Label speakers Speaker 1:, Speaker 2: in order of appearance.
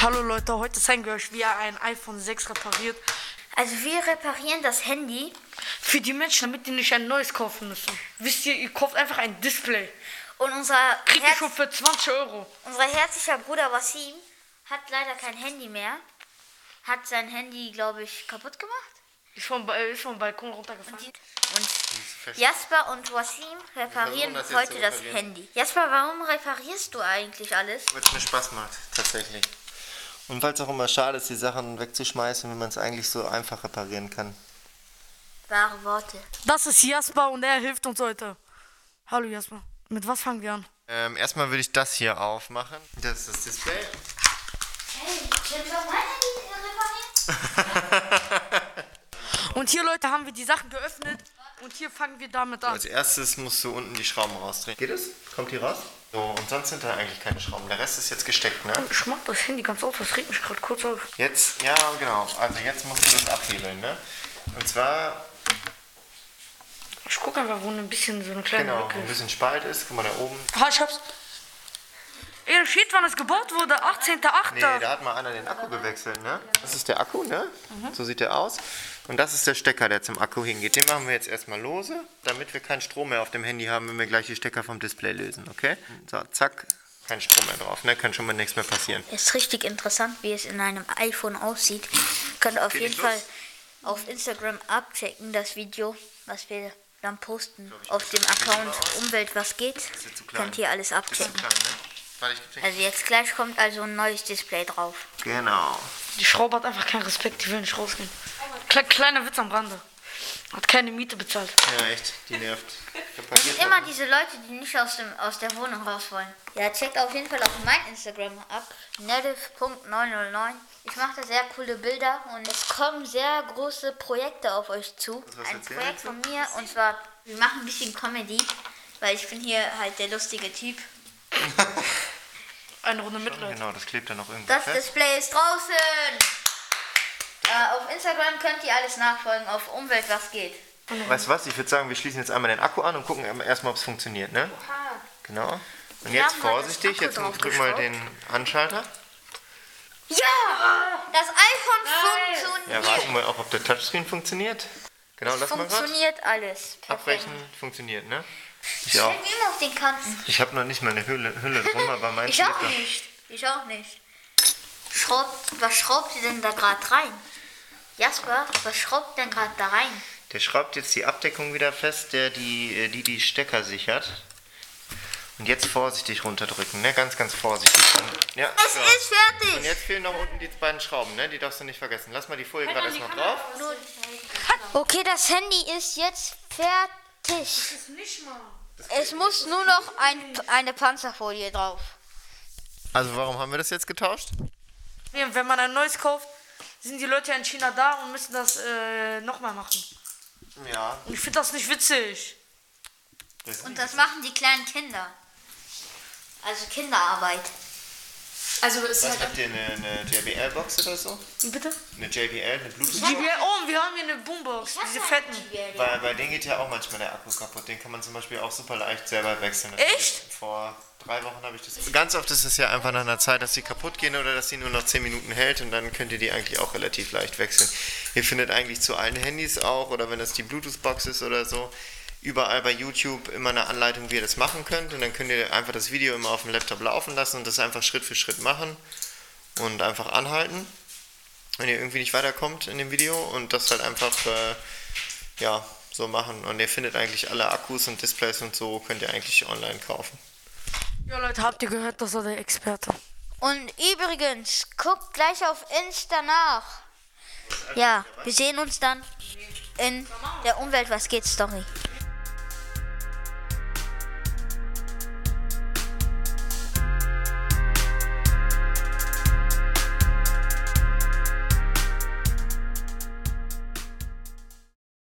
Speaker 1: Hallo Leute, heute zeigen wir euch, wie ihr ein iPhone 6 repariert.
Speaker 2: Also wir reparieren das Handy
Speaker 1: Für die Menschen, damit die nicht ein neues kaufen müssen. Wisst ihr, ihr kauft einfach ein Display.
Speaker 2: und unser,
Speaker 1: Kriegt ihr
Speaker 2: Herz,
Speaker 1: schon für 20 Euro.
Speaker 2: unser herzlicher Bruder Wasim hat leider kein Handy mehr. Hat sein Handy, glaube ich, kaputt gemacht.
Speaker 1: Ist vom, Ba- äh, ist vom Balkon runtergefallen.
Speaker 2: Die- Und Jasper und Wasim reparieren
Speaker 3: Wir versuchen das jetzt
Speaker 2: heute
Speaker 3: zu
Speaker 2: das
Speaker 3: reparieren.
Speaker 2: Handy. Jasper, warum reparierst du eigentlich alles?
Speaker 3: Weil es mir Spaß macht, tatsächlich. Und weil es auch immer schade ist, die Sachen wegzuschmeißen, wenn man es eigentlich so einfach reparieren kann.
Speaker 2: Wahre Worte.
Speaker 1: Das ist Jasper und er hilft uns heute. Hallo Jasper. Mit was fangen wir an?
Speaker 3: Ähm, erstmal würde ich das hier aufmachen. Ah. Das ist das Display.
Speaker 2: Hey, können wir mein Handy reparieren?
Speaker 1: Und hier, Leute, haben wir die Sachen geöffnet. Und hier fangen wir damit an.
Speaker 3: Als erstes musst du unten die Schrauben rausdrehen. Geht es? Kommt die raus? So, und sonst sind da eigentlich keine Schrauben. Der Rest ist jetzt gesteckt, ne?
Speaker 1: Ich mach das Handy ganz aus, das regt mich gerade kurz auf.
Speaker 3: Jetzt, ja genau, also jetzt musst du das abhebeln, ne? Und zwar,
Speaker 1: Ich guck einfach, wo ein bisschen so eine kleine
Speaker 3: genau,
Speaker 1: Lücke
Speaker 3: ein
Speaker 1: ist.
Speaker 3: bisschen Spalt ist, guck mal da oben.
Speaker 1: Ha, ich hab's. Ey, da steht, wann es gebaut wurde. 18.8.
Speaker 3: Nee, da hat mal einer den Akku gewechselt, ne? Das ist der Akku, ne? So sieht er aus. Und das ist der Stecker, der zum Akku hingeht. Den machen wir jetzt erstmal lose, damit wir keinen Strom mehr auf dem Handy haben, wenn wir gleich die Stecker vom Display lösen, okay? So, zack, kein Strom mehr drauf, ne? Kann schon mal nichts mehr passieren.
Speaker 2: Ist richtig interessant, wie es in einem iPhone aussieht. Könnt ihr auf
Speaker 3: Geht
Speaker 2: jeden
Speaker 3: nicht
Speaker 2: Fall
Speaker 3: los?
Speaker 2: auf Instagram abchecken, das Video, was wir dann posten. Auf dem Account Umwelt was geht,
Speaker 3: zu klein.
Speaker 2: könnt ihr alles
Speaker 3: Bisschen
Speaker 2: abchecken.
Speaker 3: klein, ne? Warte, ich
Speaker 2: Also jetzt gleich kommt also ein neues Display drauf.
Speaker 3: Genau.
Speaker 1: Die Schraube hat einfach keinen Respekt, die will nicht rausgehen. Kle kleiner Witz am Rande. Hat keine Miete bezahlt.
Speaker 3: Ja, echt, die nervt. Repariert
Speaker 2: Immer diese Leute, die nicht aus, dem, aus der Wohnung raus wollen. Ja, checkt auf jeden Fall auf mein Instagram ab. Nedif.909. Ich mache da sehr coole Bilder und es kommen sehr große Projekte auf euch zu.
Speaker 3: was
Speaker 2: Ein
Speaker 3: erzählen
Speaker 2: Projekt
Speaker 3: dazu?
Speaker 2: von mir und zwar, wir machen ein bisschen Comedy, weil ich bin hier halt der lustige Typ.
Speaker 1: Eine Runde Mitleid.
Speaker 3: Genau, das klebt da noch irgendwo
Speaker 2: Das
Speaker 3: fest.
Speaker 2: Display ist draußen. Äh, auf Instagram könnt ihr alles nachfolgen, auf Umwelt was geht.
Speaker 3: Weißt du was? Ich würde sagen, wir schließen jetzt einmal den Akku an und gucken erstmal, ob es funktioniert, ne? Genau. Und
Speaker 2: Wir
Speaker 3: jetzt
Speaker 2: haben mal das
Speaker 3: vorsichtig,
Speaker 2: Akku
Speaker 3: jetzt
Speaker 2: drauf
Speaker 3: drück mal
Speaker 2: geschraubt.
Speaker 3: den Anschalter.
Speaker 2: Ja! Das iPhone
Speaker 3: Ja,
Speaker 2: funktioniert.
Speaker 3: warten wir auch, ob der Touchscreen funktioniert. Genau, lass mal grad.
Speaker 2: funktioniert alles. Perfekt.
Speaker 3: Abbrechen funktioniert, ne? Ich
Speaker 2: Ja.
Speaker 3: auch.
Speaker 2: Ich immer auf den Kanten.
Speaker 3: Ich habe noch nicht mal eine Hülle, Hülle drum, aber mein
Speaker 2: Ich auch
Speaker 3: Schläfer-
Speaker 2: nicht. Ich auch nicht. Schraubt, was schraubt ihr denn da gerade rein? Jasper, was schraubt denn gerade da rein?
Speaker 3: Der schraubt jetzt die Abdeckung wieder fest, der die, äh, die die Stecker sichert. Und jetzt vorsichtig runterdrücken, ne? Ganz, ganz vorsichtig. Und- Ja,
Speaker 2: Es
Speaker 3: so.
Speaker 2: ist fertig!
Speaker 3: Und jetzt fehlen noch unten die beiden Schrauben, ne? Die darfst du nicht vergessen. Lass mal die Folie
Speaker 2: Halt
Speaker 3: gerade erstmal drauf.
Speaker 2: Okay, das Handy ist jetzt fertig.
Speaker 1: Nicht mal.
Speaker 2: Es muss nur noch ein, eine Panzerfolie drauf.
Speaker 3: Also warum haben wir das jetzt getauscht?
Speaker 1: Nee, wenn man ein neues kauft, sind die Leute ja in China da und müssen das äh, nochmal machen.
Speaker 3: Ja. Also
Speaker 1: Und ich finde das nicht witzig.
Speaker 2: Und das machen die kleinen Kinder. Also Kinderarbeit.
Speaker 4: Also es ist
Speaker 3: Was
Speaker 4: halt
Speaker 3: habt ihr, eine, eine JBL-Box oder so?
Speaker 1: Bitte?
Speaker 3: Eine JBL, eine
Speaker 1: Die,
Speaker 3: Bluetooth?
Speaker 1: wir- oh, wir haben hier eine Boombox, diese fetten.
Speaker 3: Bei, bei denen geht ja auch manchmal der Akku kaputt. Den kann man zum Beispiel auch super leicht selber wechseln. Das
Speaker 1: Echt?
Speaker 3: hab ich- Vor drei Wochen habe ich das. Ganz oft ist es ja einfach nach einer Zeit, dass die kaputt gehen oder dass sie nur noch 10 Minuten hält und dann könnt ihr die eigentlich auch relativ leicht wechseln. Ihr findet eigentlich zu allen Handys auch oder wenn das die Bluetooth-Box ist oder so. Überall bei YouTube immer eine Anleitung, wie ihr das machen könnt. Und dann könnt ihr einfach das Video immer auf dem Laptop laufen lassen und das einfach Schritt für Schritt machen und einfach anhalten, wenn ihr irgendwie nicht weiterkommt in dem Video und das halt einfach äh, ja, so machen. Und ihr findet eigentlich alle Akkus und Displays und so könnt ihr eigentlich online kaufen.
Speaker 1: Ja, Leute, habt ihr gehört, das war der Experte.
Speaker 2: Und übrigens, guckt gleich auf Insta nach. Ja, wir sehen uns dann in der Umwelt was geht Story.